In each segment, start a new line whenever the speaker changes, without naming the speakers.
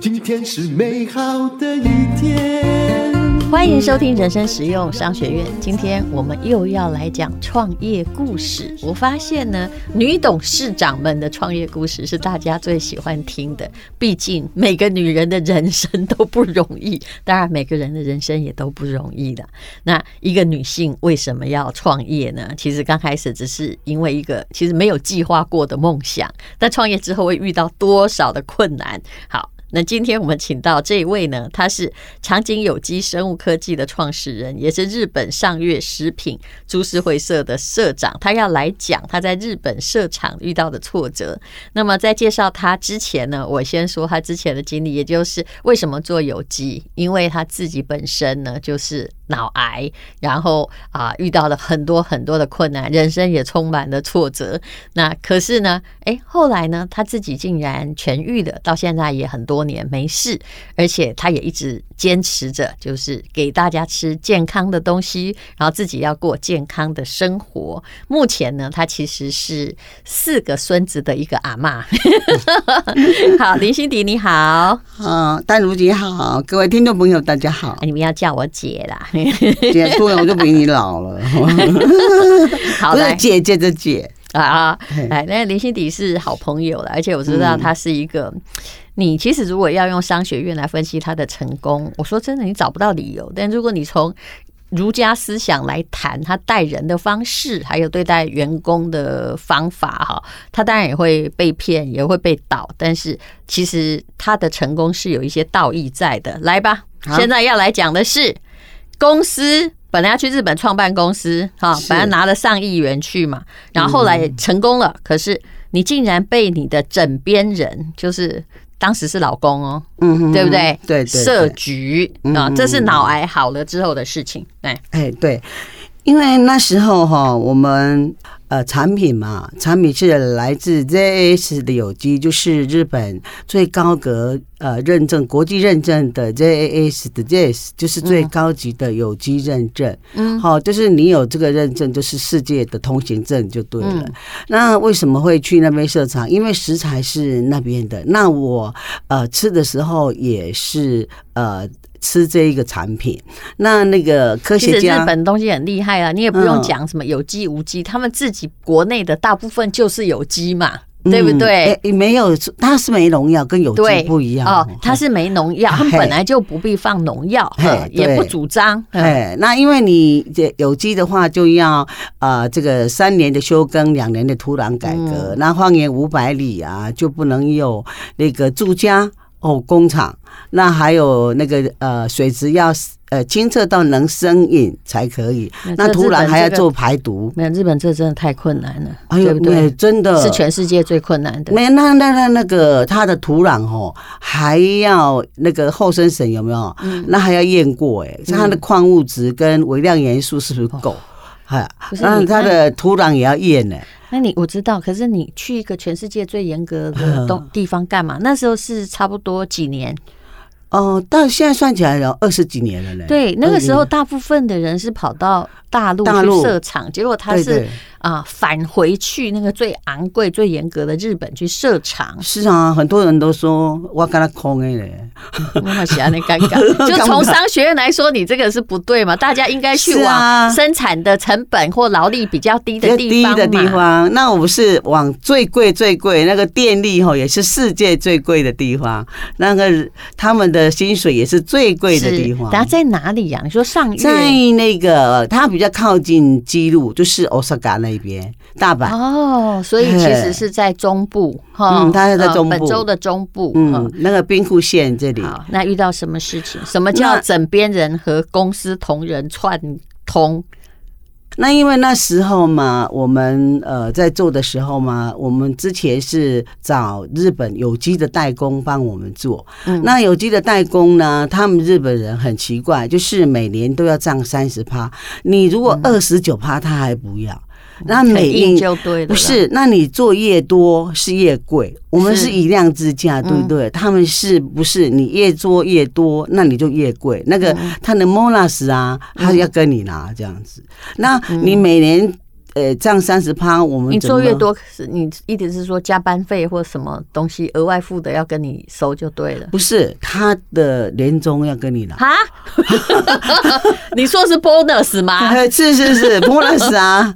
今天是美好的一天。
欢迎收听人生实用商学院。今天我们又要来讲创业故事。我发现呢，女董事长们的创业故事是大家最喜欢听的。毕竟每个女人的人生都不容易，当然每个人的人生也都不容易的。那一个女性为什么要创业呢？其实刚开始只是因为一个其实没有计划过的梦想，但创业之后会遇到多少的困难？好。那今天我们请到这一位呢，他是长景有机生物科技的创始人，也是日本上月食品株式会社的社长。他要来讲他在日本社场遇到的挫折。那么在介绍他之前呢，我先说他之前的经历，也就是为什么做有机，因为他自己本身呢就是脑癌，然后啊遇到了很多很多的困难，人生也充满了挫折。那可是呢，哎，后来呢，他自己竟然痊愈了，到现在也很多年没事，而且他也一直坚持着，就是给大家吃健康的东西，然后自己要过健康的生活。目前呢，他其实是四个孙子的一个阿嬷。 好，林心迪你好，。
啊，丹如姐好，各位听众朋友大家好
哎你们要叫我姐啦。
姐，突然我就比你老了，
好
不是
来
姐姐的姐，
啊啊
嘿！
哎，那林心迪是好朋友了，而且我知道他是一个。你其实如果要用商学院来分析他的成功，我说真的，你找不到理由。但如果你从儒家思想来谈他待人的方式，还有对待员工的方法，哈，他当然也会被骗，也会被倒，但是其实他的成功是有一些道义在的。来吧，
好
现在要来讲的是公司本来要去日本创办公司，哈，
是
本来拿了上亿元去嘛，然后后来成功了，可是你竟然被你的枕边人，就是当时是老公哦，
嗯哼
对不对？
对对
设
对，
局
嗯
啊，这是脑癌好了之后的事情，哎，
哎对，因为那时候哈，我们呃产品嘛，产品是来自 JS 的有机，就是日本最高格呃认证国际认证的 JAS 的 JS，就是最高级的有机认证。
嗯
好、就是你有这个认证，就是世界的通行证就对了。
嗯
那为什么会去那边设厂？因为食材是那边的。那我呃吃的时候也是呃吃这一个产品。那那个科
其实
学
日
家
本东西很厉害啊，你也不用
嗯
讲什么有机无机，他们自己国内的大部分就是有机嘛，对不
嗯
对？
诶没有，它是没农药，跟有
对
机不一样
哦，它。是没农药，他们
嘿
本来就不必放农药，
嘿
呃也不
对
主张。呃
哎，那因为你这有机的话，就要呃这个三年的休耕，两年的土壤改革，
嗯
那方圆五百里啊就不能有那个住家哦工厂，那还有那个呃水质要呃清澈到能生饮才可以，
那
那
这
土
日
壤
本
还要
这个
做排毒，
没有，日本这真的太困难了，
哎
对
呦
不，
对
对？
真的
是全世界最困难的。
没那那那那个它的土壤哦，还要那个后生省有没有？
嗯
那还要验过哎、它的矿物质跟微量元素是不是 够？哎、
哦不是
那
你啊
它的土壤也要验呢、
那你我知道，可是你去一个全世界最严格的东
嗯
地方干嘛？那时候是差不多几年？
哦，到现在算起来有二十几年了呢、
对，那个时候
20
大部分的人是跑到大陆
大
去
陆
设厂，结果他
对
是
对，
啊、返回去那个最昂贵、最严格的日本去设厂
是啊，很多人都说我跟他空哎嘞，
那么显然的 尴尬。就从商学院来说，你这个是不对嘛？大家应该去
是啊
往生产的成本或劳力比较低
比
的
较
地
低
方
的地
嘛。
方。那我们是往最贵最贵那个电力吼，也是世界最贵的地方，那个他们的薪水也是最贵的
是
地方。
然后在哪里啊呀、你说上
在
月
那个它比较靠近基路，就是 Osaka 那一边，大阪。
哦，所以其实
嘿
是在中部哈，
嗯它是在
呃
中
本
部
州的中部。
嗯，那个兵库县这里，
好，那遇到什么事情？什么叫
那
枕边人和公司同仁串通？
那因为那时候嘛，我们呃在做的时候嘛，我们之前是找日本有机的代工帮我们做。
嗯
那有机的代工呢，他们日本人很奇怪，就是每年都要涨三十趴，你如果二十九趴，他还不要。那
嗯很
每
硬
一
就对了啦，
不是，那你做越多是越贵。我们
是嗯
是以量制价，对不对？他们是不是你越做越多，那你就越贵？那
嗯
个他的 m o n a s 啊，他要跟你拿这样子。那你每年。呃，这样三十趴，我们
你
怎么
做越多，是你一直是说加班费或什么东西额外付的要跟你收就对了。
不是他的年终要跟你拿。
哈， 你说是 bonus 吗？
是是是 ，bonus 啊，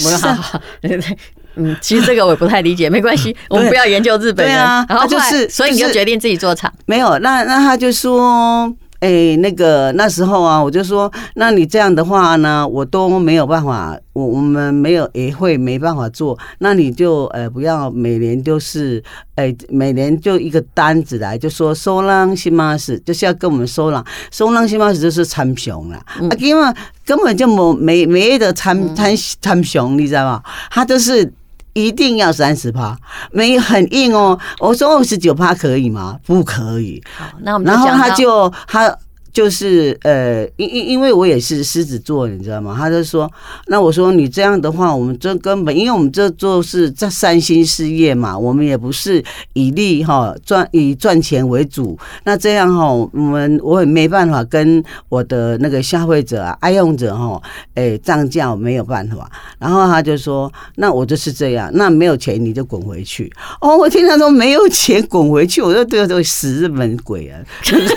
我说
是啊
好好，对对。嗯，其实这个我也不太理解，没关系，我们不要研究日本人。
对啊
然后
他就
后来
是
所以你
就
就是决定自己做厂，
没有，那那他就说，哎、那个那时候啊，我就说，那你这样的话呢，我都没有办法，我我们没有也会没办法做，那你就呃不要每年就是，哎、每年就一个单子来，就说收浪西马斯，就是要跟我们收浪，收浪西马斯就是参雄啦，啊，因为根本就没没没得参参参雄，你知道吗？他就是。一定要三十趴，没有很硬哦。我说二十九趴可以吗？不可以。
好，那我们就
然后
讲
他
到
就他就是呃，因因因为我也是狮子座，你知道吗？他就说，那我说你这样的话，我们这根本，因为我们这做是在三星事业嘛，我们也不是以利哈赚以赚钱为主，那这样哈，我们我也没办法跟我的那个消费者啊、爱用者哈，哎涨价我没有办法。然后他就说，那我就是这样，那没有钱你就滚回去。哦，我听他说没有钱滚回去，我就对这个死日本鬼啊，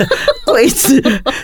鬼子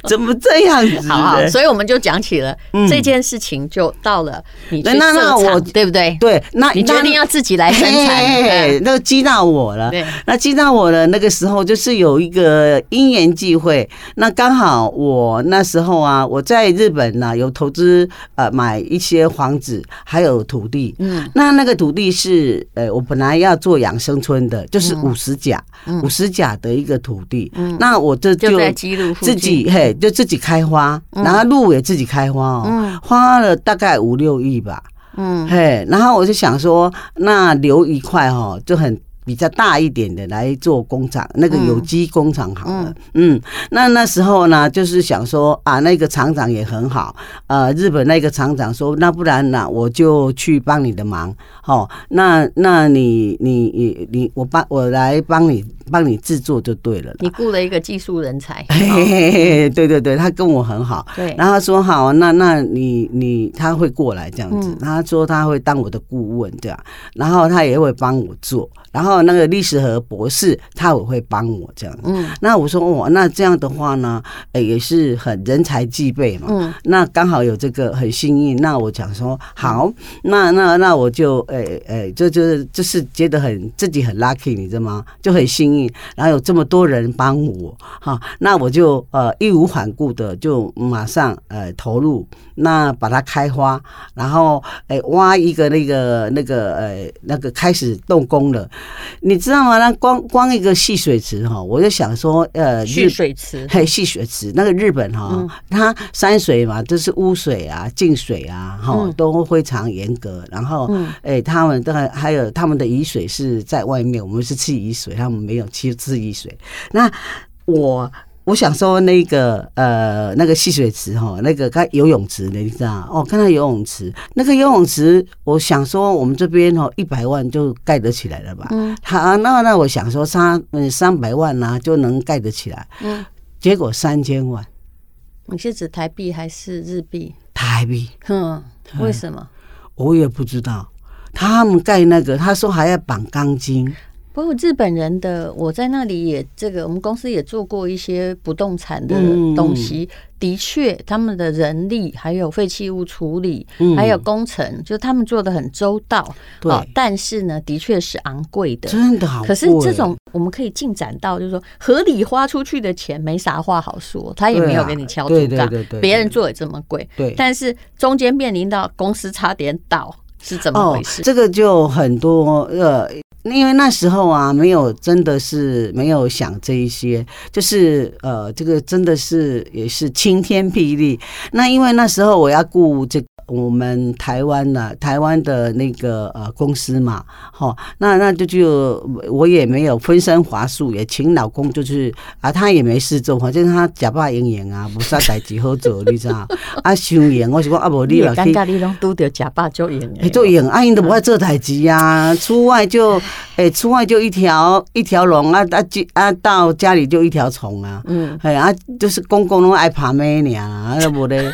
怎么这样子呢？
好好，所以我们就讲起了、这件事情，就到了你去
嗯那那那
设厂
我
对不对？
对，那
你决定要自己来生产，
嘿嘿嘿
嗯
那个激到我了。
对，
那激到我了，那个时候就是有一个因缘际会，那刚好我那时候啊，我在日本呢、有投资呃买一些房子，还有土地。
嗯，
那那个土地是呃，我本来要做养生村的，
嗯
就是五十甲，五十甲的一个土地。那我这
就在基路附近
自
嗯
己嘿，就自己开花，然后路也自己开花哦，花了大概五六亿吧。
嗯，
嘿，然后我就想说，那留一块哈，就很比较大一点的来做工厂，那个有机工厂好了。嗯那那时候呢，就是想说啊，那个厂长也很好，呃，日本那个厂长说，那不然呢、我就去帮你的忙，哦，那那你你你你，我帮我来帮你帮你制作就对了啦。
你雇了一个技术人才，
嘿嘿嘿嘿，对对对，他跟我很好。
对，
哎然后他说好，那那你你他会过来这样子，
嗯
他说他会当我的顾问这样，然后他也会帮我做，然后那个历史和博士他也会帮我这样子。
嗯
那我说哦，那这样的话呢，呃，也是很人才具备嘛。
嗯
那刚好有这个很幸运，那我想说好，那那那我就诶诶，这就是就是觉得很自己很 lucky，你知道吗？就很幸运，然后有这么多人帮我哈，那我就呃义无反顾的就马上呃投入，那把它开花，然后诶挖一个那个那个呃那个开始动工了，你知道吗？那光光一个戏水池哈，我就想说呃
蓄
日
水池，
还有戏水池，那个日本哈、
嗯
它山水嘛，就是污水啊、净水啊，哈、
嗯
都非常严格。然后，
嗯
哎、他们的还有他们的雨水是在外面，我们是吃雨水，他们没有吃吃雨水。那我。我想说那个呃那个戏水池哈，那个看游泳池的，你知道哦？看到游泳池，那个游泳池，我想说我们这边哦一百万就盖得起来了吧？
嗯
好、那那我想说三嗯三百万呐、就能盖得起来。
嗯，
结果三千万
你是指台币还是日币？
台币，
哼，
哎
为什么？
我也不知道。他们盖那个，他说还要绑钢筋，
不过日本人的，我在那里也这个，我们公司也做过一些不动产的
嗯
东西，的确，他们的人力还有废弃物处理，
嗯
还有工程，就他们做的很周到。
对
啊但是呢，的确是昂贵的。
真的好贵。哦
可是这种我们可以进展到，就是说合理花出去的钱没啥话好说，他也没有
对啊
给你敲
对
竹
对
杠
对对对，
别人做也这么贵，
对
但是中间面临到公司差点倒是怎么
哦
回，事？
这个就很多呃，因为那时候啊，没有真的是没有想这一些，就是呃，这个真的是也是晴天霹雳。那因为那时候我要顾这个我们台湾的、台湾的那个呃公司嘛，好、那那就就我也没有分身乏术，也请老公就是啊，他也没事做，反正他假扮演演啊，无啥代志好做，你知道？啊，想演我是讲啊，无
你
你
也
来
尴
去。
尬，你拢拄着假爸就赢
哎，做演啊，因都不爱做代志啊，
嗯
出外就，哎，出外就一条一条龙啊啊就啊，到家里就一条虫啊，
嗯，
哎啊，就是公公拢爱爬咩尔啊，啊都无咧，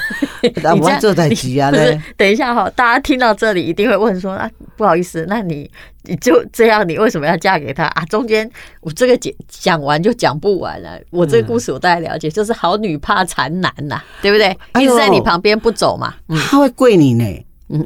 啊无爱做代志啊，
你这是等一下哈，大家听到这里一定会问说啊，不好意思，那你你就这样，你为什么要嫁给他啊？中间我这个讲讲完就讲不完了，我这个故事我大概了解，就是好女怕缠男呐、对不对？
哎
一
呦
直在你旁边不走嘛，
他会跪你呢。
嗯
嗯，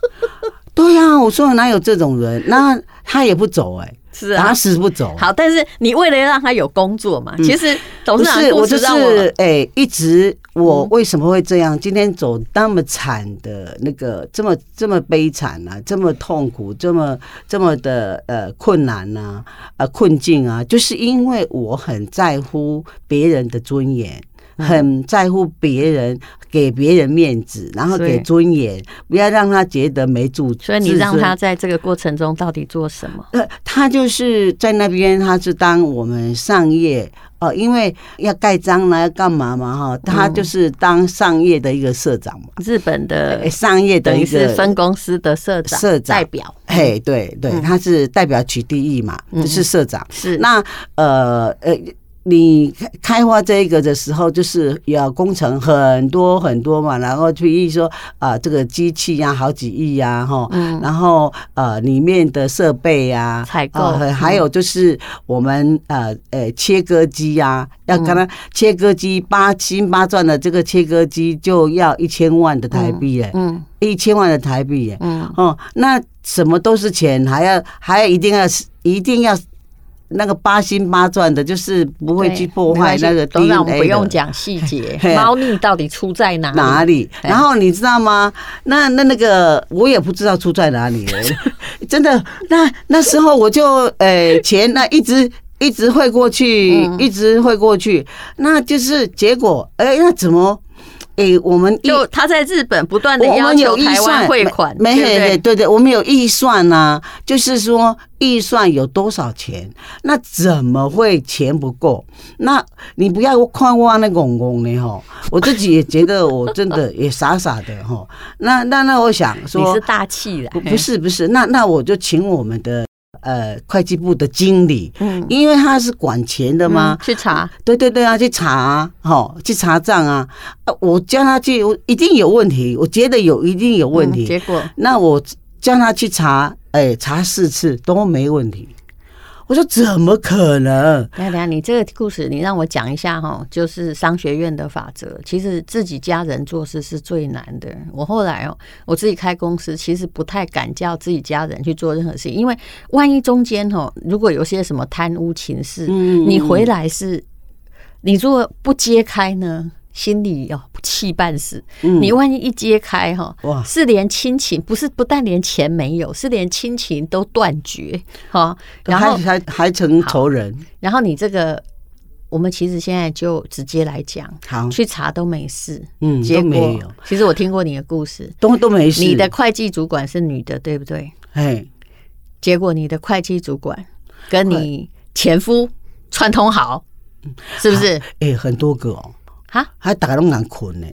对呀、我说哪有这种人？那他也不走哎、
是
打
啊。
死不走。
好，但是你为了让他有工作嘛，其实董
不
事长的
是
故
我
事
就是
让我嗯
哎、一直我为什么会这样？今天走那么惨的那个，这么这么悲惨啊，这么痛苦，这么这么的呃困难呐、啊，呃困境啊，就是因为我很在乎别人的尊严。
嗯
很在乎别人，给别人面子，然后
对
给尊严，不要让他觉得没主。
所以你让
自尊
他在这个过程中到底做什么？
呃，他就是在那边，他是当我们上业哦、因为要盖章啦，要干嘛嘛哈，他就是当上业的一个社长嘛，
日本的
哎上业
嗯
的
等
一
于是
个
分嗯公司的社长、
社长
代表，
嘿，对对，他是代表取缔役嘛，
嗯
就是社长。
是
那呃呃，你开开发这个的时候，就是要工程很多很多嘛，然后去议说啊、这个机器呀、好几亿呀、哈、然后呃里面的设备
嗯
呀、
采购嗯
呃还有就是我们呃呃切割机呀、要跟
嗯
他切割机八星八钻的这个切割机就要一千万的台币耶、
嗯
一千万的台币耶，
嗯，
哦，那什么都是钱，还要还要一定要一定要那个八星八钻的，就是不会
对
去破坏
没关系
那个
董事
DNA
长，我们不用
的
讲细节
嘿，
猫腻到底出在哪里？
哪 里。
哎
然后你知道吗？那那那个我也不知道出在哪里了， 真的。那那时候我就呃钱那一直。一直汇过去，
嗯
一直汇过去，那就是结果，哎、那怎么，哎、我们一
就他在日本不断的
我
要
们
求
有预
台湾
算
汇款，
没
对不
没
对
对对对，我们有预算呐、就是说预算有多少钱，那怎么会钱不够？那你不要看我那公公呢吼，我自己也觉得我真的 也傻傻的吼。那那那我想
你
说
是，大气的，
不不是不是，那那我就请我们的呃会计部的经理，
嗯
因为他是管钱的嘛
嗯，去查，
对对对啊，去查啊，哦，去查账啊，啊我叫他去，我一定有问题，我觉得有一定有问
嗯
题。
结果
那我叫他去查，哎，查四次都没问题。我说怎么可能？
等一下等一下，你这个故事你让我讲一下哈，就是商学院的法则。其实自己家人做事是最难的。我后来哦，我自己开公司，其实不太敢叫自己家人去做任何事情，因为万一中间哦，如果有些什么贪污情事，
嗯
你回来是，你如果不揭开呢？心里哦气半死，你万一一揭开哈，
嗯哇
是连亲情不是不但连钱没有，是连亲情都断绝哈，然后
还还还成仇人？
然后你这个，我们其实现在就直接来讲，
好，
去查都没事。
啊嗯，
结
都没
果
有，
其实我听过你的故事，
都都没事。
你的会计主管是女的，对不对？
哎，
结果你的会计主管跟你前夫串通好，是不是？
哎，很多个哦，
哈，
还打拢敢捆呢。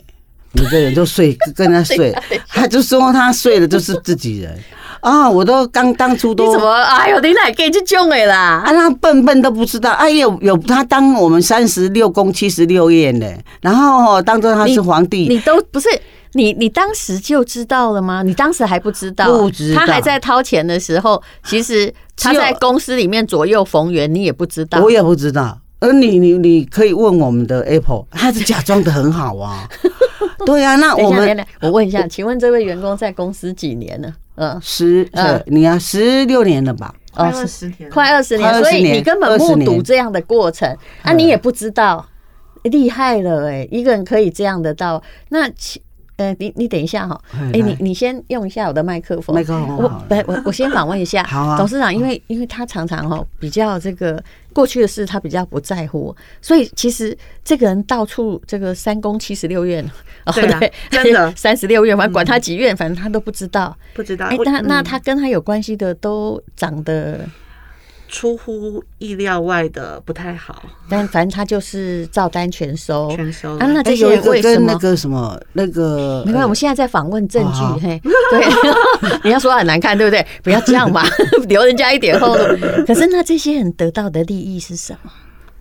每个人 都睡，跟他睡，他就说他睡了就是自己人啊！我都刚当初
你
都
怎么？哎呦，你哪给去救的啦？
啊，那笨笨都不知道。哎、有有他当我们三十六宫七十六宴呢，然后、哦、当做他是皇帝，
你都不是。你你当时就知道了吗？你当时还不知道啊、
不知道
他还在掏钱的时候，其实他
只有
在公司里面左右逢源，你也不知道。
我也不知道。而你你你可以问我们的 Apple，他是假装的很好 啊。对啊，那
等
我
一下，等一
们
下，我问一下，请问这位员工在公司几年呢？嗯，
十
嗯
呃，你啊十六年了吧？
哦，
二
是
十天了，
快二十年，
快20
所以你
年
根本目
20
睹
年嗯
这样的过程，啊，你也不知道，厉害了哎、一个人可以这样得到。那其呃，你你等一下哈，哎、
来
你你先用一下我的麦克风，
麦克风
我
好了
不，我我先访问一下，
好啊
董事长，因为因为他常常哦比较这个过去的事，他比较不在乎，所以其实这个人到处这个三宫七十六院，哦
对啊真 的
三十六院，反正管他几院，反正他都不知道。
不知道。
哎、
我
那那
嗯
他跟他有关系的都长得，
出乎意料外的不太好，
但反正他就是照单全收。
全收
啊，那
了。
这
哎
些
有一
人为
个
什
跟
么？
那个什么那个，
没关系，我们
呃
现在在访问证据
啊
哦好，
嘿，对， 你要说很难看，对不对？不要这样嘛， 留人家一点后路。可是那这些人得到的利益是什么？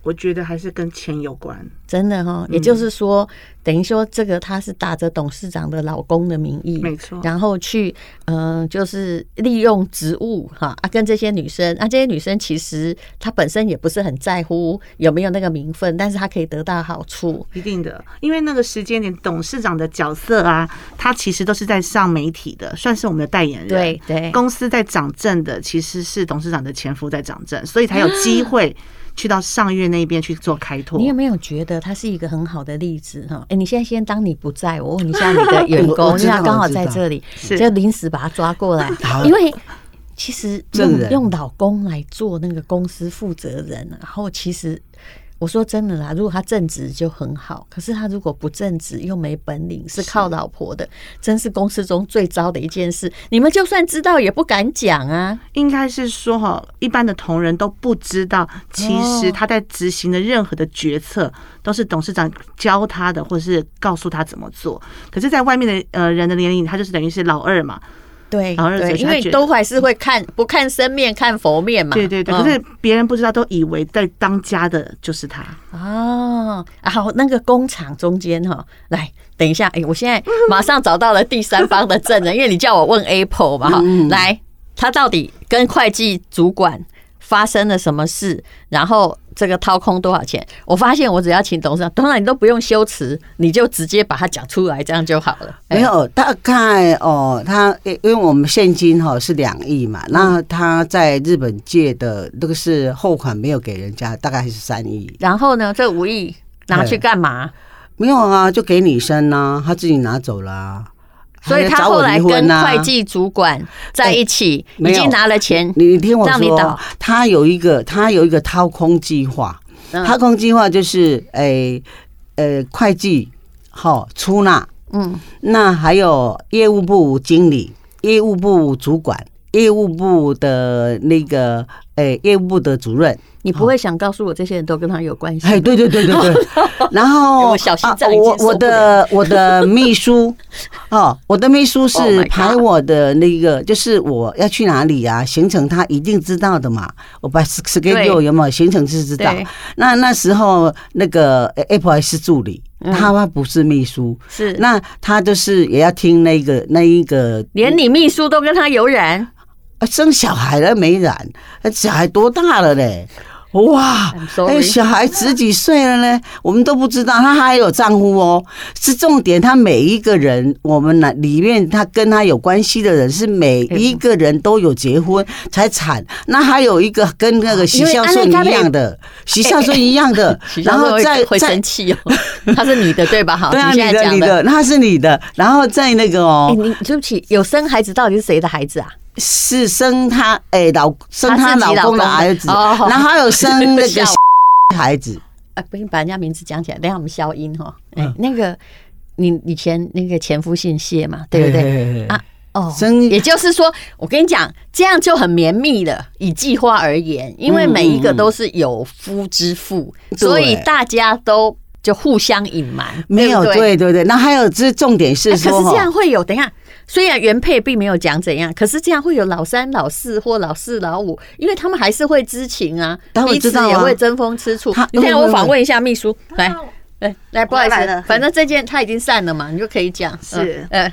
我觉得还是跟钱有关，
真的哈、
嗯
哦，也就是说，等于说这个他是打着董事长的老公的名义，
没错
然后去嗯、呃就是利用职务哈啊，跟这些女生啊，这些女生其实她本身也不是很在乎有没有那个名分，但是她可以得到好处，
一定的，因为那个时间点，董事长的角色啊，他其实都是在上媒体的，算是我们的代言人。
对对
公司在掌政的其实是董事长的前夫在掌政，所以才有机会去到上月那边去做开拓
你。有没有觉得他是一个很好的例子哈？哎、你现在先当你不在，我问一下你的员
我
工，
我
因
知
为
道
他刚好在这 里，
是
就临时把他抓过 来
好，
因为。其实
证
用
人
用老公来做那个公司负责人，然后其实我说真的啦，如果他正直就很好，可是他如果不正直又没本领，是靠老婆的，真是公司中最糟的一件事。你们就算知道也不敢讲啊。
应该是说哈，一般的同仁都不知道，其实他在执行的任何的决策都是董事长教他的，或者是告诉他怎么做。可是，在外面的呃人的年龄，他就是等于是老二嘛，
对
然后就
对，
觉
因
得
为都还是会看不看生面看佛面嘛。
对对对。
嗯
可是别人不知道，都以为在当家的就是他。
哦，啊好，那个工厂中间哈，来等一下，哎、我现在马上找到了第三方的证 人，因为你叫我问 Apple 嘛哈，
嗯
来，他到底跟会计主管发生了什么事，然后这个掏空多少钱？我发现我只要请董事长，当然你都不用修辞，你就直接把它讲出来，这样就好了。哎
没，有，大概哦，他因为我们现金哈、是两亿嘛，
嗯
那他在日本借的那个是货款没有给人家，大概还是三亿。
然后呢，这五亿拿去干嘛？
没有啊，就给女生呐、他自己拿走了啊、
所以
还
他
找
后
我
来
离
跟
婚啊哎
会计主管在一起，
没
已
有
经拿了钱，
你你听我
让你
说
倒，
他有一个他有一个掏空计划，
嗯
掏空计划就是诶呃会计好、出纳，
嗯，
那还有业务部经理、业务部主管、业务部的那个诶、业务部的主任，
你不会想告诉我这些人都跟他有关系吗？
嗯哎，对对对对对， 然后
我小心脏已经
我
受
我
不
的我的 秘书，哦，我的秘书
Oh my
是
God
排我的那个，就是我要去哪里啊，行程他一定知道的嘛。我把 schedule 有没有行程是知道
对。
那那时候那个呃 Apple 还是助理，他不是秘书，
嗯是
那他就是也要听那个那一个
连你秘书都跟他有染，
啊，生小孩了没染？啊小孩多大了嘞？哇
I'm！sorry
哎，小孩十几岁了呢，我们都不知道。她还有丈夫哦，是重点。她每一个人，我们那里面，她跟她有关系的人，是每一个人都有结婚才产。那还有一个跟那个
因
徐
为
孝
安
顺
利咖
一
啡
样的，徐孝顺一样的
哎许，教
然
授
后
会
再
会
再
生气哦。 他是你的对吧？好，
对啊，
你
你
现在
的
讲
你。的，那是你的，然后再那个
哎、
哦，
你对不起，有生孩子到底是谁的孩子啊？
是生她哎、老生
她
她
自己
老
老公
公的
的
孩子，
哦
然后还有生 那
吓
个
我
孩子，
啊，不行，把人家名字讲起来，等一下我们消音哈。哎、
嗯
那个你以前那个前夫姓谢嘛，对不对？
对
啊哦，
生
也就是说，我跟你讲，这样就很绵密了。以计划而言，因为每一个都是有夫之妇，
嗯
所以
对
大家都就互相隐瞒，
没有
对不对
对对对，那还有这重点是
哎可
说
是这样
哈，
会有，等一下，虽然原配并没有讲怎样，可是这样会有老三、老四或老四、老五，因为他们还是会知情啊，
他
彼
会
此
知道啊
也会争风吃醋
他。嗯
你看，
会
我
会
访问一下秘书，来，来，来，不好意
我来
思
了，
反正这件他已经散了嘛，你就可以讲。嗯
是
呃，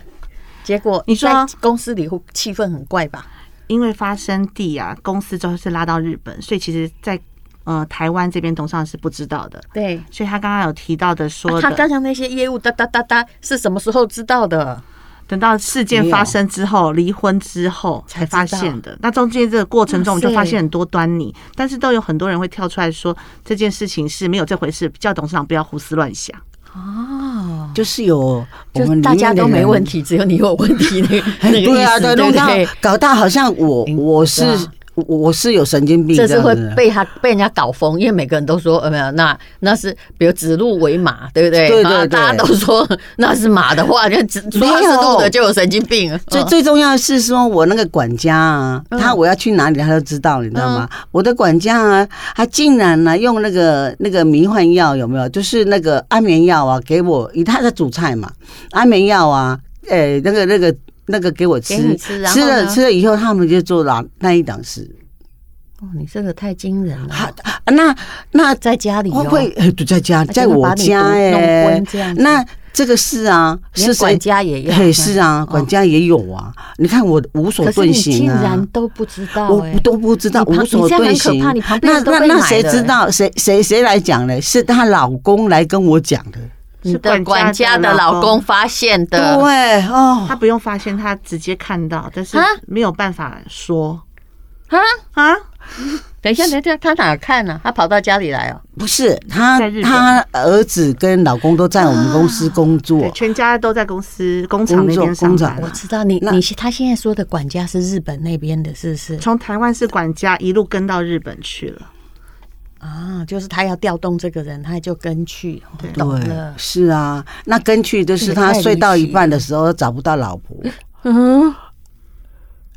结果
你说
在公司里气氛很怪吧？
因为发生地啊，公司都是拉到日本，所以其实在，呃台湾这边董事长是不知道的。
对。
所以他刚刚有提到的
啊
说的，
他刚刚那些业务哒哒哒哒是什么时候知道的？
等到事件发生之后，离婚之后
才
才
知道
发现的。那中间这个过程中，
哇
我们
塞
就发现很多端倪，但是都有很多人会跳出来说这件事情是没有这回事，叫董事长不要胡思乱想。
哦，
就是有我
就
们
大家都没问
题，
题，只有你有问题。那个那个意思，
对啊，
对
对，弄
不
到
对？
搞到好像我我是
对啊
我我是有神经病
这是
这样
会
子。
被他被人家搞疯，因为每个人都说呃没有，那那是比如指鹿为马，对不对？
对对
然后大家
对
都说那是马的话，就指说它是鹿
没
的
有
就有神经病了。
最
嗯
最重要的是说，我那个管家啊，他我要去哪里，他都知道，你知道吗？嗯我的管家啊，他竟然呢、用那个那个迷幻药有没有？就是那个安眠药啊，给我，他在煮菜嘛，安眠药啊，呃、那个那个那个给我吃
给你，吃然后
吃了
呢
吃了以后，他们就做了那一档事。
哦，你这个太惊人了。
他啊那那
在家里、哦、
会不会呃对在家里，
而且
在
会把
我
你
家
毒弄
哎、
昏这样子
那这个是啊，
连
是谁
管家也要哦
嘿是啊，管家也有啊。你看我无所
可是
遁
你竟
形啊
然。都不知道、
我
哎
都不知道，
你
无
旁
所
你这样
遁
很可
形
怕你旁。边
那
人都
那
被
那
买
谁
了欸
知道？谁谁谁来讲呢？是她老公来跟我讲的。
你
是
的管家的老公，发现的，
对哦
他，不用发现，他直接看到，但是
啊
没有办法说
啊！
啊。
等一下，等一下，他哪看呢、啊他跑到家里来哦，
不是她
在日，本
她儿子跟老公都在我们公
啊
司工
对，
作。
全家都在公司工厂
工
那
作
边上
工厂
班
我
啊。
知道你
那
你他现在说的管家是日本那边的，是不是？
从台湾是管家一路跟到日本去了，
啊，就是他要调动这个人，他就跟去，我懂
对
了，。
是啊，那根据就是
这也
他
太离
睡到一
奇
半的时候找不到老婆，
嗯，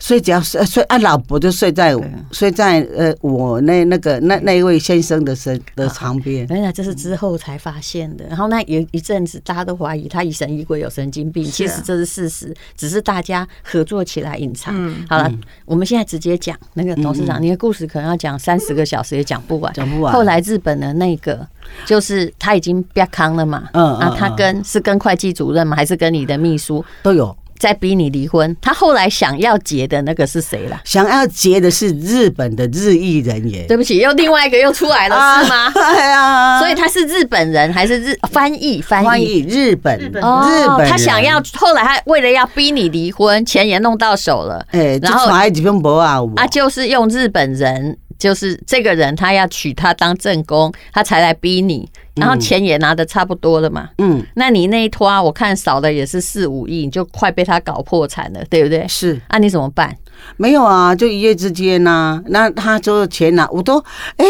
睡觉睡睡啊，老婆就睡在睡在呃我那那个那那一位先生的身
啊
的旁边。
原来这是之后才发现的。然后那有一阵子，大家都怀疑他疑神疑鬼有神经病，其实这是事实，只是大家合作起来隐藏。好了，
嗯
我们现在直接讲那个董事长，你的故事可能要讲三十个小时也讲不完。
讲不完
后来日本的那个就是他已经不要康了嘛，
嗯
啊
嗯，
他
嗯
跟是跟会计主任吗？还是跟你的秘书
都有。
在逼你离婚？他后来想要结的那个是谁啦？
想要结的是日本的日裔人耶，
对不起，又另外一个又出来了，是吗？
哎呀，
所以他是日本人还是日翻译？翻
欢
译。
迎日本，日
日本
哦，
人
他想要，后来他为了要逼你离婚，钱也弄到手了，
哎，
然
然
后
后还几篇博啊，我
啊，就是用日本人，就是这个人，他要娶她当正宫，他才来逼你，然后钱也拿的差不多了嘛。
嗯
那你那一拖啊，我看少的也是四五亿，你就快被他搞破产了，对不对？
是
啊，你怎么办？
没有啊，就一夜之间呐、那他就钱呐、我都哎、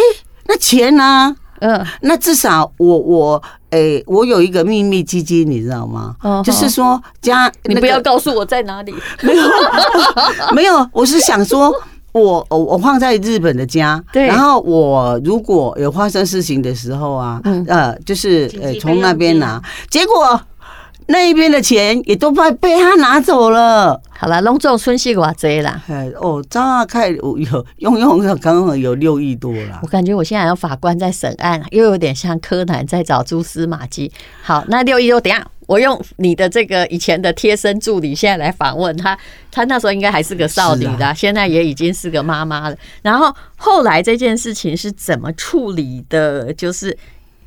那钱呐、
嗯，
那至少我我哎、我有一个秘密基金，你知道吗？
哦
就是说家
你
那
不
个
要告诉我在哪里。
没有，我是想说。我我我放在日本的家，
对
然后我如果有发生事情的时候啊，呃，就是
紧急
呃
备
从那
用
边
金
拿，结果那一边的钱也都被被他拿走了。
好了，隆重春熙寡贼啦。
哎，哦，张阿凯有有用用的刚好有六亿多啦
我。感觉我现在有法官在审案，啊又有点像柯南在找蛛丝马迹。好，那六一六，等一下我用你的这个以前的贴身助理，现在来访问他。他那时候应该还是个少女
是
啊
啦，现在也已经是个妈妈了。然后后来这件事情是怎么处理的？就是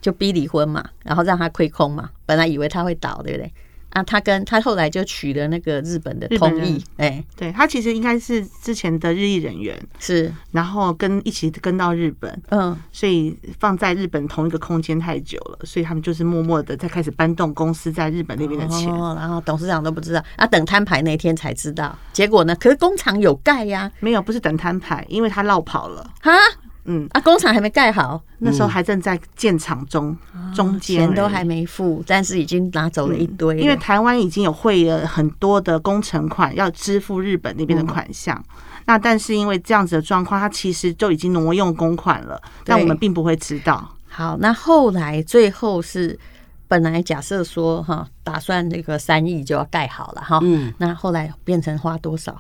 就逼离婚嘛，然后让他亏空嘛。本来以为他会倒，对不对？啊，他跟他后来就娶了那个日本的
日本
通
人
译，哎、
对他其实应该是之前的日裔人员，
是，
然后跟一起跟到日本，
嗯，
所以放在日本同一个空间太久了，所以他们就是默默的在开始搬动公司在日本那边的钱。
哦，然后董事长都不知道，啊，等摊牌那天才知道。结果呢？可是工厂有盖呀、
没有，不是等摊牌，因为他落跑了。
啊，
嗯，
啊，工厂还没盖好，
那时候还正在建厂中，中间
钱都
而已
还没付，但是已经拿走了一堆了、
嗯因为台湾已经有汇了很多的工程款要支付日本那边的款项。
嗯
那但是因为这样子的状况，它其实就已经挪用公款了，但我们并不会知道。
好，那后来最后是本来假设说哈，打算这个三亿就要盖好了哈，嗯，那后来变成花多少？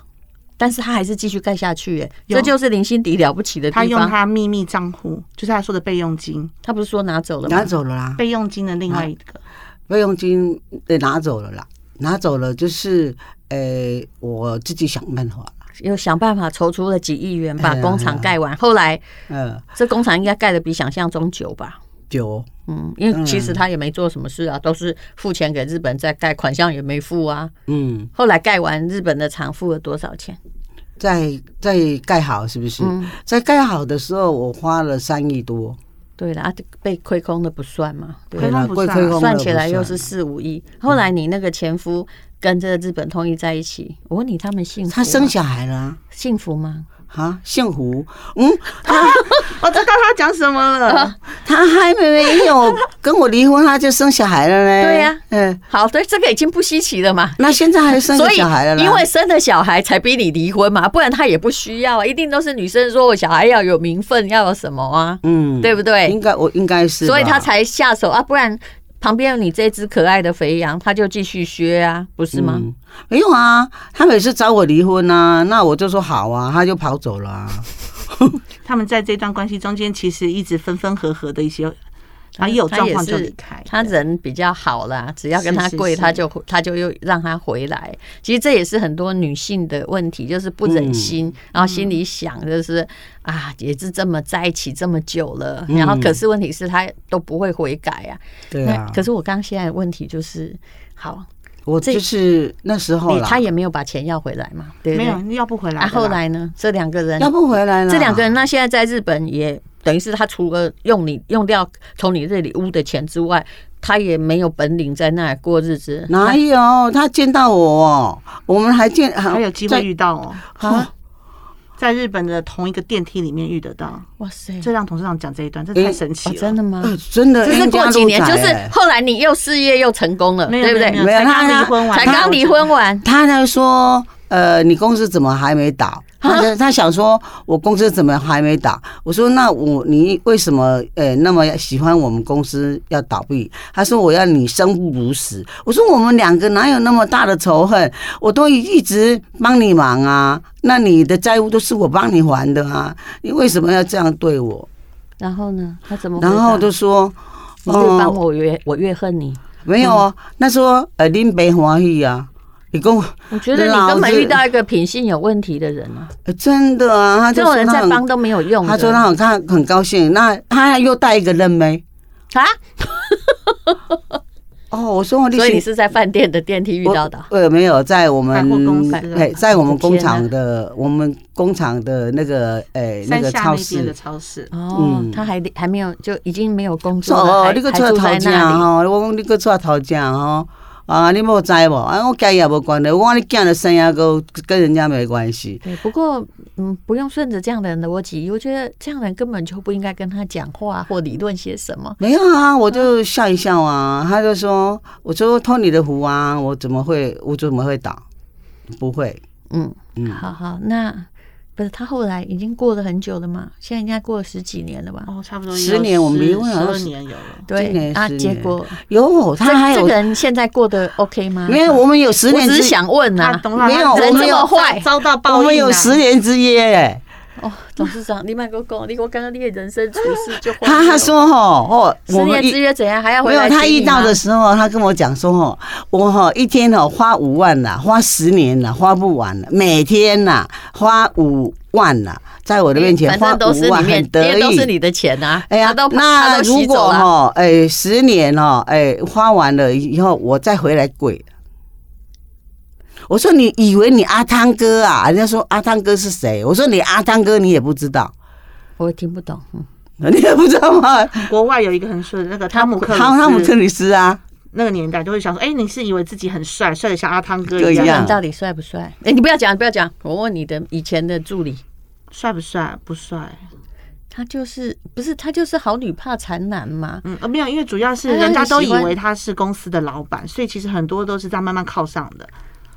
但是他还是继续盖下去耶，
有
这就是林心迪了不起的
他
地
用
方。他
他秘密账户，就是他说的备用金，
不是说拿走了
拿
吗？
走了啦，
备用金的另外一个。
备用金被拿走了啦，拿走了就是，呃，我自己想办法啦。
又想办法筹出了几亿元把
哎呀
工厂盖完，后来
呃，
这工厂应该盖的比想象中久吧？
九
嗯，因为其实他也没做什么事啊，都是付钱给日本在盖，款项也没付啊。
嗯，
后来盖完，日本的厂付了多少钱？
再再盖好是不是？
嗯
在盖好的时候，我花了三亿多，
对了啊，被亏空的不算嘛，对
亏
吧
啦
空不
贵
算啊
亏空
算
了
起
不
来又
算啊嗯
是四五亿。后来你那个前夫跟这个日本通译在一起，我问你他们幸福吗？
他生小孩了啊
幸福吗？
啊，幸福，嗯，
我知道他讲什么了，
他还没有跟我离婚，他就生小孩了呢。
对呀
嗯，
好的，这个已经不稀奇了嘛。
那现在还生
所
个
以
小孩了，啦，
因为生了小孩才逼你离婚嘛，不然他也不需要啊。一定都是女生说我小孩要有名分，要有什么啊，
嗯，
对不对？
应该我应该是吧，
所以他才下手啊，不然旁边有你这只可爱的肥羊，他就继续削啊，不是吗？
嗯没有啊，他每次找我离婚啊，那我就说好啊，他就跑走了啊。
他们在这段关系中间，其实一直分分合合的一些，然后一有
他
状
也
况就是离开。
他人比较好啦，只要跟他
是是
跪，
是
他就他就又让他回来。其实这也是很多女性的问题，就是不忍心，
嗯
然后心里想就是啊，也是这么在一起这么久了，然后可是问题是他都不会悔改啊。
嗯对
那
啊，
可是我刚现在的问题就是，好，
我
这
就是那时候
你
啦，
他也没有把钱要回来嘛，对不
没
对
有？要不回来的
啊，
啦。
后来呢？这两个人
要不回来了，
这两个人那现在在日本也等于是他除了用你用掉从你这里污的钱之外，他也没有本领在那里过日子。
哪有他见到我哦，我们还见还
还有机会遇到哦，
啊，
在日本的同一个电梯里面遇得到。
哇塞，
这让董事长讲这一段，这太神奇
哦
了，
真的吗？
呃真的，
这是
冤家
过几
路
年，
窄
就是
哎
后来你又事业又成功了，
没有
对不对
没有
没有
才刚
他
离婚完，
才刚离婚完，
他呢说，呃，你公司怎么还没倒？他就他想说，我公司怎么还没倒？我说，那我你为什么呃那么喜欢我们公司要倒闭？他说我要你生不如死。我说我们两个哪有那么大的仇恨？我都一直帮你忙啊，那你的债务都是我帮你还的啊，你为什么要这样对我？
然后哦呢？他怎么回答？
然后就说，
你越帮
嗯
我越我越恨你。
没有啊，
嗯
那说呃林北欢喜啊，你跟我。
我觉得你根本遇到一个品性有问题的人啊，
呃真的啊，他
这
就
种
说
人
他
再
很
帮都没有用的。
他说他很他很高兴，那他又带一个认妹。
啊，
哦，我说我
所以你是在饭店的电梯遇到的啊。
我呃，没有在我
百货公
们
司
哎，在我们工厂
啊我
的我们工厂的那个哎那
山
个
下
超
那边
市。
的超市，
哦，
嗯
他还还没有就已经没有工
说
作了，
哦
还，
你个
还
出来
住
头
在
家哦
那里。
吼，我讲你个出来头家吼，啊，你无知无？啊，我家也无关的，我讲你囝的生涯都跟人家没关系。
对，不过嗯，不用顺着这样的人的逻辑，我觉得这样的人根本就不应该跟他讲话或理论些什么。
没有啊，我
嗯
就笑一笑啊。他就说，我说托你的福啊，我怎么会我怎么会倒？不会，
嗯，
嗯。
好好，那不是他后来已经过了很久了嘛？现在应该过了十几年了吧？
哦，差不多
十年我们离婚
十
好像
二
是
年有了，
今
对
年
啊，
10
结果
有，他还
这
有
这个人现在过得 OK 吗？
没有？我们有十
我
年
只
之
是想问
他
啊，
董事长
没有
他
我们
遭
有坏
遭到报应啊，
我们有十年之约、哎，
哦，董事长，你慢给我讲，你给我刚刚你的人生处事就坏
他
了
他说吼，哦，
十
我
年
们
之
一
约怎样还要回
没有
来
他
娶
遇
你
到
吗
的时候，他跟我讲说吼，我吼一天吼花五万呐，花十年呐，花不完了，每天呐花五万呐，在我的面前
反
花
正都是
五
里
万，
面
很，
因
得
为都是你
意。
的钱啊，
哎呀
他都，他
那
都
如
洗走
果
了。
哈，哎，十年哦，哎，花完了以后，我再回来跪。我说你以为你阿汤哥啊？人家说阿汤哥是谁？我说你阿汤哥你也不知道，
我也听不懂，嗯
你也不知道吗？
国外有一个很帅的那个汤姆克
汤
鲁斯，
汤姆克里斯啊，
那个年代就会想说，哎，你是以为自己很帅，帅的像阿汤哥
对
一
一
样
样，
你到底帅不帅？哎、你不要讲，不要讲，我问你的以前的助理，
帅不帅？不帅，
她就是不是她就是好女怕缠男嘛？
嗯，呃，没有，因为主要是
哎
人家都
喜
以
欢
为他是公司的老板，所以其实很多都是这样慢慢靠上的，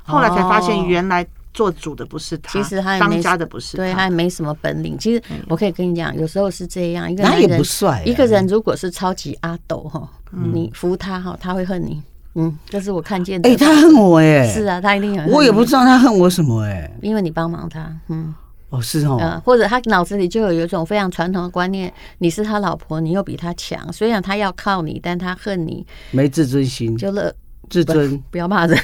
后来才发现原来做主的不是
哦
他，
其实他也没
当家的不是
对，
他
她。没什么本领。其实我可以跟你讲，有时候是这样，一个
他
男
也
人
不帅啊，
一个人如果是超级阿斗哈，你服他哈，他会恨你。嗯，这是我看见的。
哎，他恨我哎，
是嗯啊，他一定很恨
我也不
你
知道他恨我什么哎，
因为你帮忙他，嗯。
哦是哦，
嗯，或者他脑子里就有一种非常传统的观念，你是他老婆，你又比他强，虽然他要靠你，但他恨你，
没自尊心，
就乐
自尊，
不要 骂人，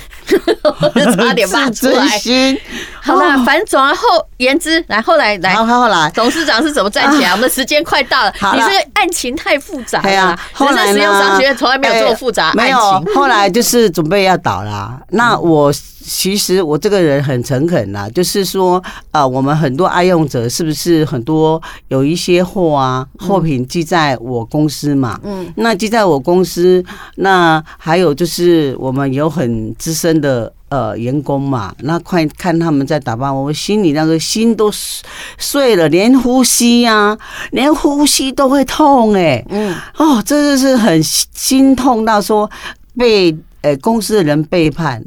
我就差点骂
自
出
尊
来。
心。
好啦，反正总而后言之，来后来来
然。后后来，
董事长是怎么站 起来？我们时间快到了，
好
你
啦
这个案情太复杂
哎
了
呀
啦。，
后
人
来
生
呢
实用商学院从来没有这么复杂
哎没
的
有
案情。，
后来就是准备要倒啦。那我其实我这个人很诚恳啦，就是说，呃，我们很多爱用者是不是很多有一些货啊货品寄在我公司嘛？
嗯，
那寄在我公司，那还有就是我们有很资深的。呃，员工嘛，那快看他们在打扮，我心里那个心都碎了，连呼吸啊，连呼吸都会痛哎、
嗯，
哦，真的是很心心痛到说被呃公司的人背叛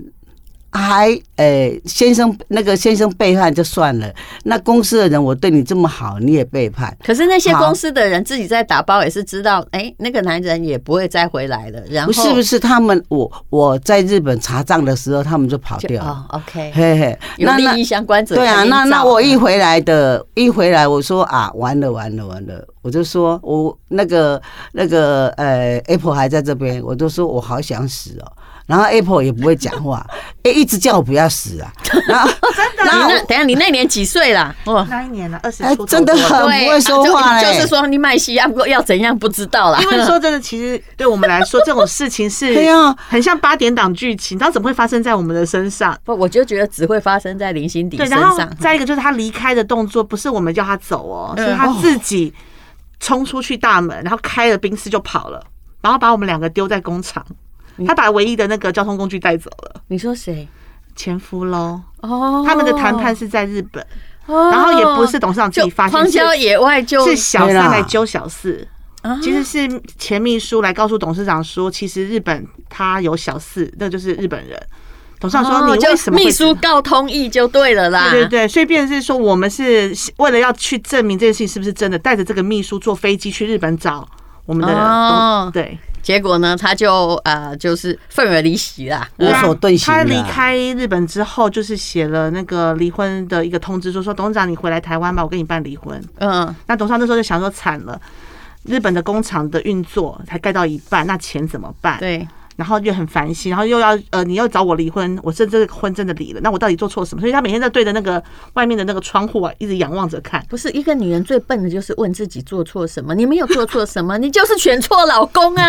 还呃，先生那个先生背叛就算了，那公司的人我对你这么好，你也背叛，
可是那些
好
公司的人自己在打包，也是知道，哎、那个男人也不会再回来了。然后
不是不是？他们我我在日本查账的时候，他们就跑
就
掉了
哦。，OK，
嘿嘿，
有
那那
利益相关者
对啊，
肯定
那那
找
我一
啊
回来的，一回来我说啊，完了完了完了，我就说我那个那个呃，Apple 还在这边，我就说我好想死哦。然后 Apple 也不会讲话， 哎、一直叫我不要死啊。然后
你
然后
那等一下你那年几岁啦？哦，
那一年呢，二十
哎
出头
真的
多了
很
对，
不会说话
啊就
嘞
就是说你卖西亚不过要怎样不知道啦。
因为说真的，其实对我们来说，这种事情是
对啊
很像八点档剧情，它怎么会发生在我们的身上？
不，我就觉得只会发生在林心迪
对，
身
然后
上。
再一个就是他离开的动作，不是我们叫他走哦，
嗯
是他自己冲出去大门，然后开了冰丝就跑了，然后把我们两个丢在工厂。他把唯一的那个交通工具带走了，
你说谁？
前夫喽。
哦，
他们的谈判，是在日本，
哦
然后也不是董事长自
就
己发
荒
现，
郊
是
野外就是
小
对
三
啦
来揪小四。
啊
其实是前秘书来告诉董事长说，其实日本他有小四，那就是日本人。董事长说：“
哦
你
就
为什么会
秘书告通译就对了啦？
对对对，所以变成是说，我们是为了要去证明这件事情是不是真的，带着这个秘书坐飞机去日本找我们的人。
哦
对，
结果呢，他就呃，就是愤而离席啦。嗯
无所遁形
他
了。
离开日本之后，就是写了那个离婚的一个通知书，说董事长你回来台湾吧，我跟你办离婚。
嗯，
那董事长那时候就想说惨了，日本的工厂的运作才盖到一半，那钱怎么办？
对，
然后就很烦心，然后又要呃，你又找我离婚，我这这个婚真的离了，那我到底做错什么？所以他每天在对着那个外面的那个窗户啊，一直仰望着看。
不是一个女人最笨的就是问自己做错什么，你没有做错什 么，你就是选错老公啊！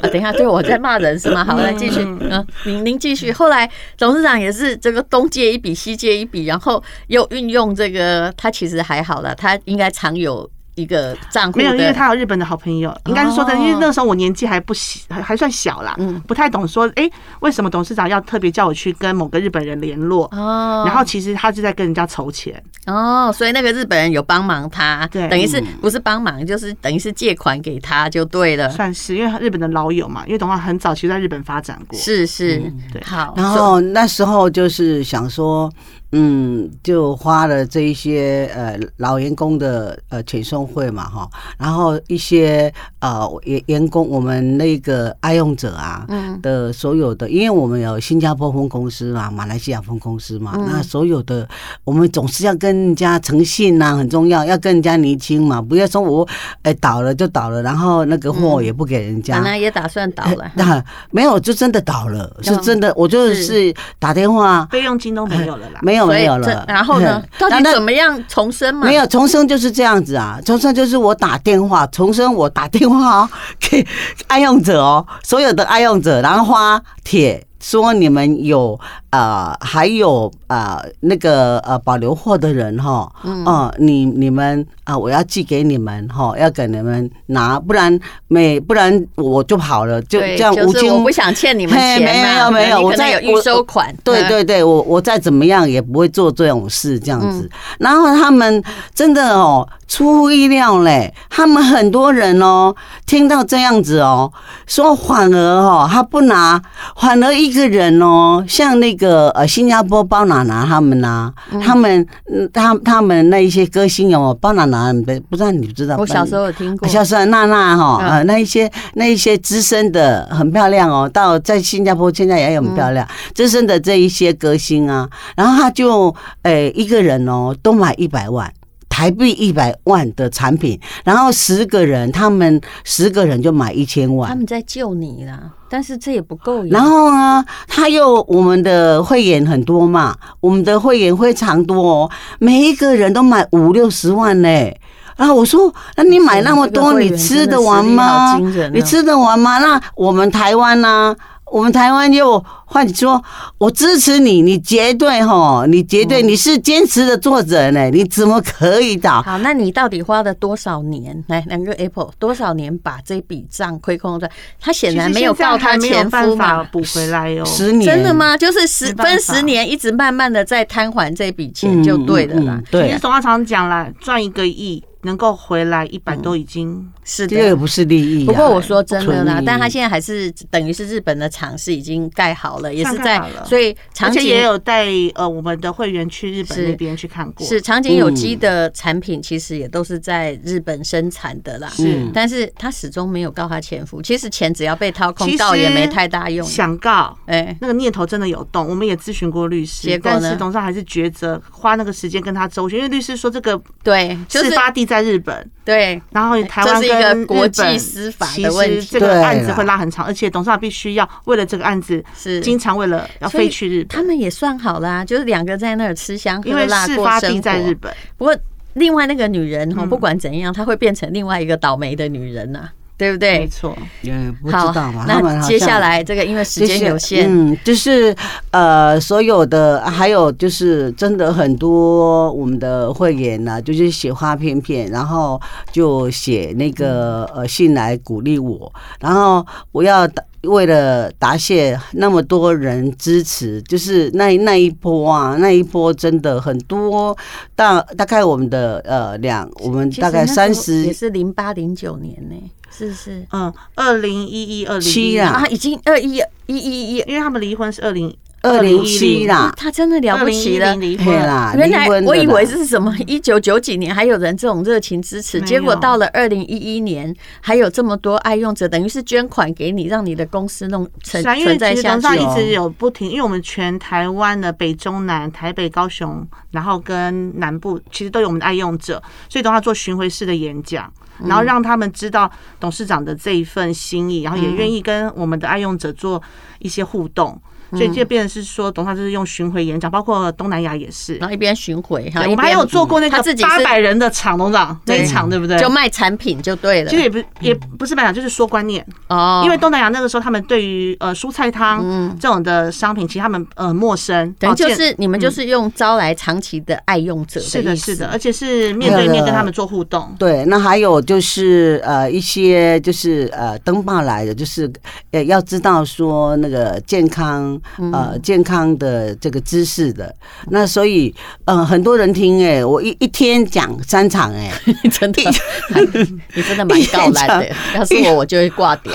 啊，等一下，对我在骂人是吗？好，来继续，嗯，您您继续。后来董事长也是这个东借一笔，西借一笔，然后又运用这个，他其实还好了，他应该常有一个账户
没有，因为
的。
他有日本的好朋友，
哦
应该是说的，因为那时候我年纪还不小，还还算小啦，
嗯
不太懂说，哎、为什么董事长要特别叫我去跟某个日本人联络？
哦
然后其实他是在跟人家筹钱，
哦，所以那个日本人有帮忙他，
对嗯
等于是不是帮忙，就是等于是借款给他就对了。
算是因为日本的老友嘛，因为董事长很早期就在日本发展过，
是是，
嗯对
好。
然
所
后那时候就是想说，嗯，就花了这一些呃老员工的呃遣送费嘛哈，然后一些呃员员工我们那个爱用者啊，的所有的，因为我们有新加坡分公司嘛，马来西亚分公司嘛，那所有的我们总是要跟人家诚信呐、很重要，要跟人家厘清嘛，不要说我哎、倒了就倒了，然后那个货也不给人家，
本来也打算倒了，
那没有，就真的倒了，是
嗯
真的。我就是打电话，
备用金都没有了啦。
没有
所以
没有
这
了。
然后呢
嗯？
到底
那那
怎么样啊重生嘛？
没有重生就是这样子啊，重生就是我打电话，重生我打电话哦，给爱用者哦，所有的爱用者，然后发帖说你们有呃，还有呃那个呃保留货的人哈、哦，
嗯
哦你你们啊、我要寄给你们哈、哦，要给你们拿，不然每不然我就跑了，就
对
这样无
就是
精
我不想欠你们
嘿
钱嘛
没有
可能
没有，
你
我
可能
在
有预
我
收款
对
嗯
对对，我我再怎么样也不会做这种事这样
嗯
子。然后他们真的哦，出乎意料嘞，他们很多人哦，听到这样子哦，说反而哦，他不拿，反而一个人哦，像那个呃新加坡包拿拿他们呐、他们嗯他他们那一些歌星哦，包拿拿不不知道你知道？
我小时候有听过，
像是啊娜娜哈，
嗯
呃，那一些那一些资深的很漂亮哦，到在新加坡现在也很漂亮，
嗯
资深的这一些歌星啊，然后他就诶、一个人哦，都买一百万。台币一百万的产品，然后十个人，他们十个人就买一千万
他，们在救你啦，但是这也不够呀。
然后呢，他又我们的会员很多嘛，我们的会员非常多哦，每一个人都买五六十万嘞。然后我说，那你买那么
这个
多，
会
你
员
吃
真的
得完
实力好
吗
惊人哦？
你吃得完吗？那我们台湾呢、我们台湾又换说，我支持你，你绝对哈，你绝
嗯
对你是坚持的作者呢，你怎么可以打？
好，那你到底花了多少年？来，两个 Apple 多少年把这笔账亏空的？他显然 没有告他
其实现
前
在还没
夫
有办法
嘛。
补回来哦。
十年
真的？吗？就是十
没办法
分十年，一直慢慢的在摊还这笔钱
嗯
就对了啦。
嗯嗯
其
对
实，董事长常讲啦，赚一个亿能够回来一百都已经
是
这个
的。
不是利益、啊。
不过
哎
我说真的
不
啦
纯利，益
但他现在还是等于是日本的厂是已经盖好了，也是
嗯盖
在
好，了
所以
而
长
且
颈
也有带呃我们的会员去日本
是
那边去看过，
是长颈有机的产品，其实也都是在日本生产的啦。
嗯是
但是他始终没有告他前夫。其实钱只要被掏空
其，实
告也没太大用。
想告。
哎，
那个念头真的有动，我们也咨询过律师
结，果呢
但是董事长还是抉择花那个时间跟他周旋，因为律师说这个
对，就是
事发地在日本，
对，
然后台湾
这是一个
跟日
国际
本
司法的问题
其实这个案子会拉很长，而且董事长必须要为了这个案子，
是
经常为了要
所以
飞去日
他
本，
们也算好啦，就是两个在那儿吃香
因
喝
为
辣
事
过
发
生
地在日
活。
本，
不过，另外那个女人哈，
嗯
不管怎样，她会变成另外一个倒霉的女人呐、对不
没
对？
错，
嗯，不知
好
道吧？，他们
那
好
接
像
下来这个因为时间有限，
就是嗯，就是呃，所有的还有就是真的很多我们的会员呢、就是写花片片，然后就写那个呃信来鼓励我，然后我要答为了答谢那么多人支持，就是那那一波啊，那一波真的很多，大大概我们的呃两，我们
其实
大概
那时候
三十
也是零八零九年呢、是不是？
嗯，二零一一二零
七啦
啊，已经二一一一一，
因为他们离婚是二零
二零七啦，
他真的了不起了。
离
嘿
婚
啦，
原
离
来
啊婚的
我以
啦
为是什么一九九几年还有人这种热情支持，
没有
结果到了二零一一年还有这么多爱用者，等于是捐款给你，让你的公司弄存
是啊，因为
存在
其实
下
董事长
去。哦
一直有不停，因为我们全台湾的北中南、台北、高雄，然后跟南部，其实都有我们的爱用者，所以都要做巡回式的演讲，然
嗯
后让他们知道董事长的这一份心意，然后
嗯
也愿意跟我们的爱用者做一些互动，所
嗯
以这变成是说，董事长就是用巡回演讲，包括东南亚也是
然。后一边巡回哈，
对
嗯一边
我们还有做过那
他
个
自己
八百
是
人的场，董事长那
对
一场对不对？
就嗯卖产品就对了
其实也不也不是卖场，就是说观念。
哦，嗯
因为东南亚那个时候，他们对于呃蔬菜汤这种的商品，其实他们呃陌生，
等于就
保健
是你们就是用招来长期的爱用者
嗯是
的
的，
意
是
思
的，。而且是面对面跟他们做互动。
对，那还有就是呃一些就是呃登报来的，就是呃要知道说那个健康
嗯
呃健康的这个知识的，那所以呃很多人听哎、我一一天讲三 场哎、
真的， 你真的蛮高懒的。要是我，我就会挂 点。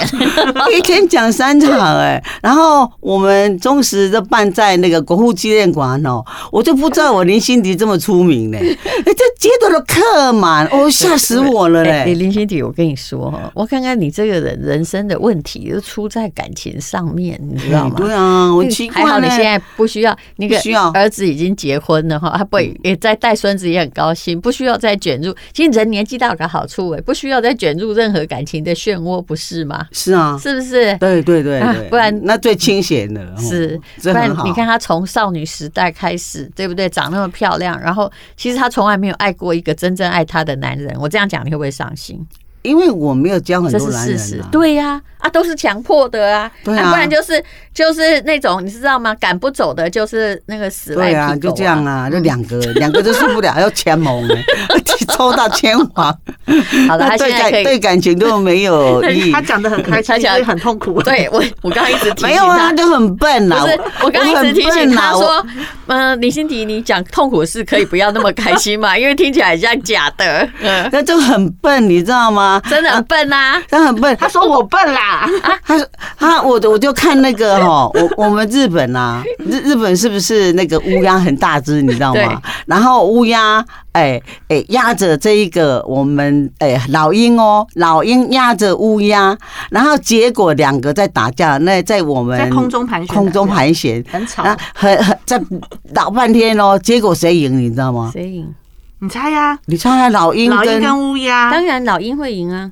一天讲三场哎、然后我们忠实的办在那个国父纪念馆哦，我就不知道我林心迪这么出名 呢、哎这接到了客满，哦吓死我了嘞、
哎林心姐，我跟你说哦，我看看你这个人人生的问题就出在感情上面，你知道
哎
吗？
对啊，我
嗯
奇怪
还好你
嘞
现在不需要那个
不需要
儿子已经结婚了哈，他不会也在带孙子也很高兴，不需要再卷入。其实人年纪大有个好处哎、不需要再卷入任何感情的漩涡，不是吗？
是啊，
是不是？
对对对
啊
对
不然嗯
那最清闲的了
是
哦，
不
这
然
很好。
你看，她从少女时代开始，对不对？长那么漂亮，然后其实她从来没有爱过一个真正爱她的男人。我这样讲你会不会伤心？
因为我没有教很
这
多
是
男
事
人
实
啊，，
对呀、啊，都是强迫的啊，
对啊
不然就是就是那种你知道吗？赶不走的，就是那个死赖
对
皮狗、
啊，就这样
啊。
啊，就两个，两个都受不了， 还要前盟哎，抽到前王，
好了，
那
他现
对
在
感
可以。
对感情都没 有意义
他，讲的很开
他
心，
讲
所以很痛苦。
对我，我刚刚一直提醒他。
没有啊，就很笨啦
不是。，我刚刚一
很
直提醒
笨
他
啦我
说，嗯、李心迪，你讲痛苦的事可以不要那么开心嘛，因为听起来很像假的，嗯，
那就很笨，你知道吗？
真的很笨啊。
他很笨，
他说我笨 啦，
他说他我我就看那个哈，我我们日本啊，日日本是不是那个乌鸦很大只，你知道
对
吗？然后乌鸦哎哎压着这一个我们哎老鹰哦，老鹰压着乌鸦，然后结果两个在打架，那在我们
在空中盘旋
空中盘旋，
很吵。
啊，很很在打半天哦，结果谁赢你知道吗？
谁赢？
你猜呀？
你猜猜老鹰
老鹰
跟
跟乌鸦，
当然老鹰会赢啊，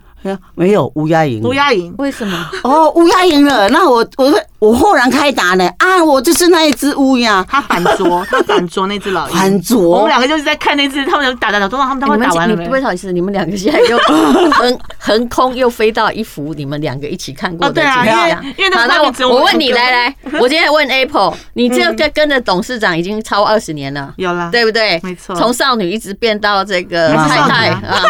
没有乌鸦赢了，
乌鸦赢。
为什 么？
哦，乌鸦赢了，那我我我豁然开达呢啊！我就是那一只乌鸦，
他反啄，他反啄那只
哎
老鹰。
反
我们
啄。
两个就是在看那只，他们打打打，都让他们他
你
们
们
打完了
你
没
不？好意思，你们两个现在 又横横空又飞到一幅你们两个一起看过
哦
的
对啊
景象
因为因为那
好
个
那
画面只有
我
我嗯
我
们
问你，
两个
来 来，我今天问 Apple，你这个跟着董事长已经超二十年了。
有啦，
对不对？
嗯没错
从少女一直变到这个
还是
太
少女
太
啊
啊，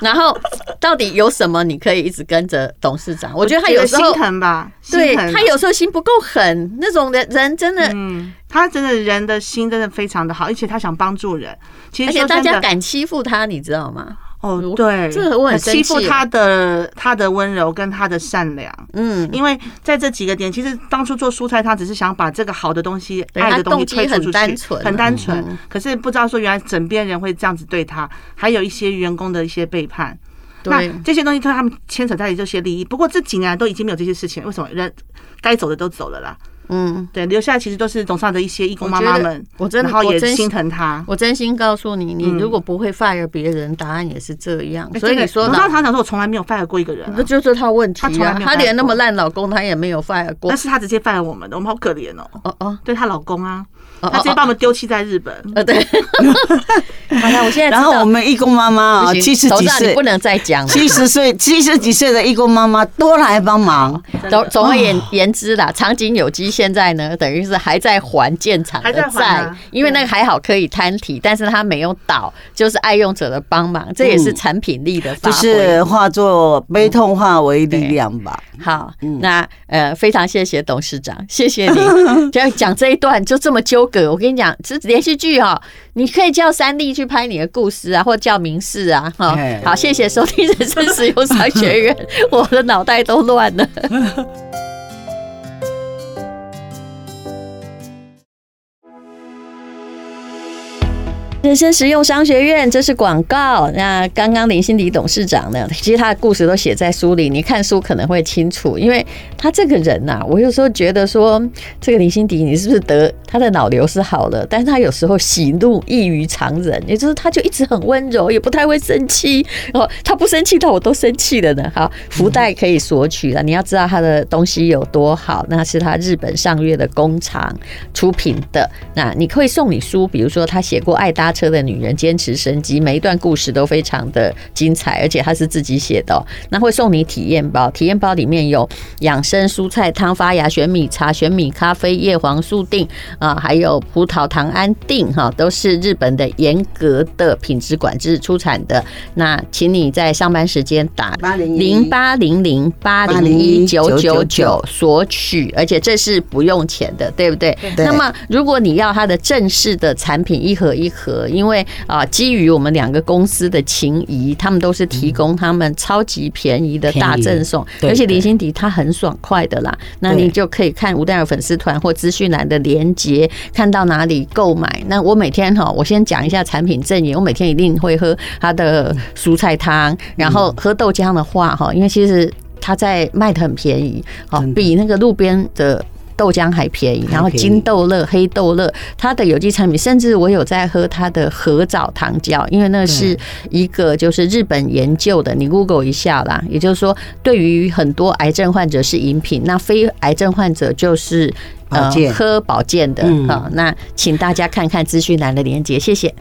然后到底有什么你可以一直跟着董事长？我觉得他
这
有
个
时候
心，疼吧，
对
心疼
他有时候心不够狠，那种人人真的，
嗯，他真的人的心真的非常的好，而且他想帮助人。其实
而且
说
大
真
家
的，
敢欺负他，你知道吗？
哦
我，
对，
这我很生气
欺负他的他的温柔跟他的善良，
嗯，
因为在这几个点，其实当初做蔬菜，他只是想把这个好的东西、
对
爱
他
的东
动
西
机
推出
很
出去，
单纯
很单纯
嗯
可是不知道说原来枕边人会这样子对他，还有一些员工的一些背叛。那
对，
这些东西，他们牵扯在这些利益。不过这几年来都已经没有这些事情，为什么人该走的都走了啦？
嗯，
对，留下来其实都是董事长的一些义工妈
我
妈
觉得
们，
我真的
然后
我
也
真
心疼他。
我真心告诉你，你
嗯
如果不会 fire 别人，答案也是这样。
哎
所以
真的
你说
董
呢
事？长常常说，我从来没有 fire 过一个人啊、
这就是他问题
他从
啊
来！没有
他
fire
连那么
过
烂老公，他也没有 fire 过
但。是他直接 fire 我们的，我们好可怜哦。
哦哦，
对她老公啊，
哦
她直接把我们丢弃在日本。
呃， 对，好了，我现在知道
然后我们义工妈妈
不
啊，
呃
行
七十
董
几
事长你
岁
不，能再讲了。
七十岁七十几岁的义工妈妈都来帮忙，
总总而
哦
言言之啦，场景有机现在呢，等于是还在还建厂的
还在
债，
还啊
因为那个还好可以摊体，但是它没有倒，就是爱用者的帮忙，这也是
嗯
产品力的发
就
挥。
是化作悲痛化为力量吧。
好，那呃，非常谢谢董事长， 谢谢你。这样讲这一段就这么纠葛，我跟你讲，这连续剧哦，你可以叫三立去拍你的故事啊，或叫明视啊，哈
嘿。
好，谢谢收听人生实用商学院，我的脑袋都乱了。人生实用商学院，这是广告。那刚刚林心迪董事长呢，其实他的故事都写在书里，你看书可能会清楚，因为他这个人呐、我有时候觉得说，这个林心迪你是不是得他的脑瘤是好了，但是他有时候喜怒异于常人，也就是他就一直很温柔，也不太会生气。哦，他不生气，但我都生气了呢。好，福袋可以索取了，你要知道他的东西有多好，那是他日本上月的工厂出品的。那你可以送你书，比如说他写过《爱搭车的女人》《坚持生机》，每一段故事都非常的精彩，而且他是自己写的哦、那会送你体验包，体验包里面有养生蔬菜汤、发芽玄米茶、玄米咖啡、叶黄素定啊，还有葡萄糖胺定哈、都是日本的严格的品质管制出产的。那请你在上班时间打零
801
八零零八零一九九九索取，而且这是不用钱的，对不对？
对
那么如果你要它的正式的产品一盒一盒，因为啊、基于我们两个公司的情谊，他们都是提供他们超级便宜的大赠送，
便宜对
而且林心迪他很爽快的啦，那你就可以看吴淡尔粉丝团或资讯栏的连接，看到哪里购买。那我每天哈，我先讲一下产品阵营，我每天一定会喝他的蔬菜
嗯
汤，然后喝豆浆的话哈，因为其实。它在卖的很便宜，好
真的
比那个路边的豆浆还便宜。然后
便宜
金豆乐、黑豆乐，它的有机产品，甚至我有在喝它的合藻糖胶，因为那是一个就是日本研究的，你 Google 一下啦。也就是说，对于很多癌症患者是饮品，那非癌症患者就是呃
保健
喝保健的
嗯
啊、那请大家看看资讯栏的连接，谢谢。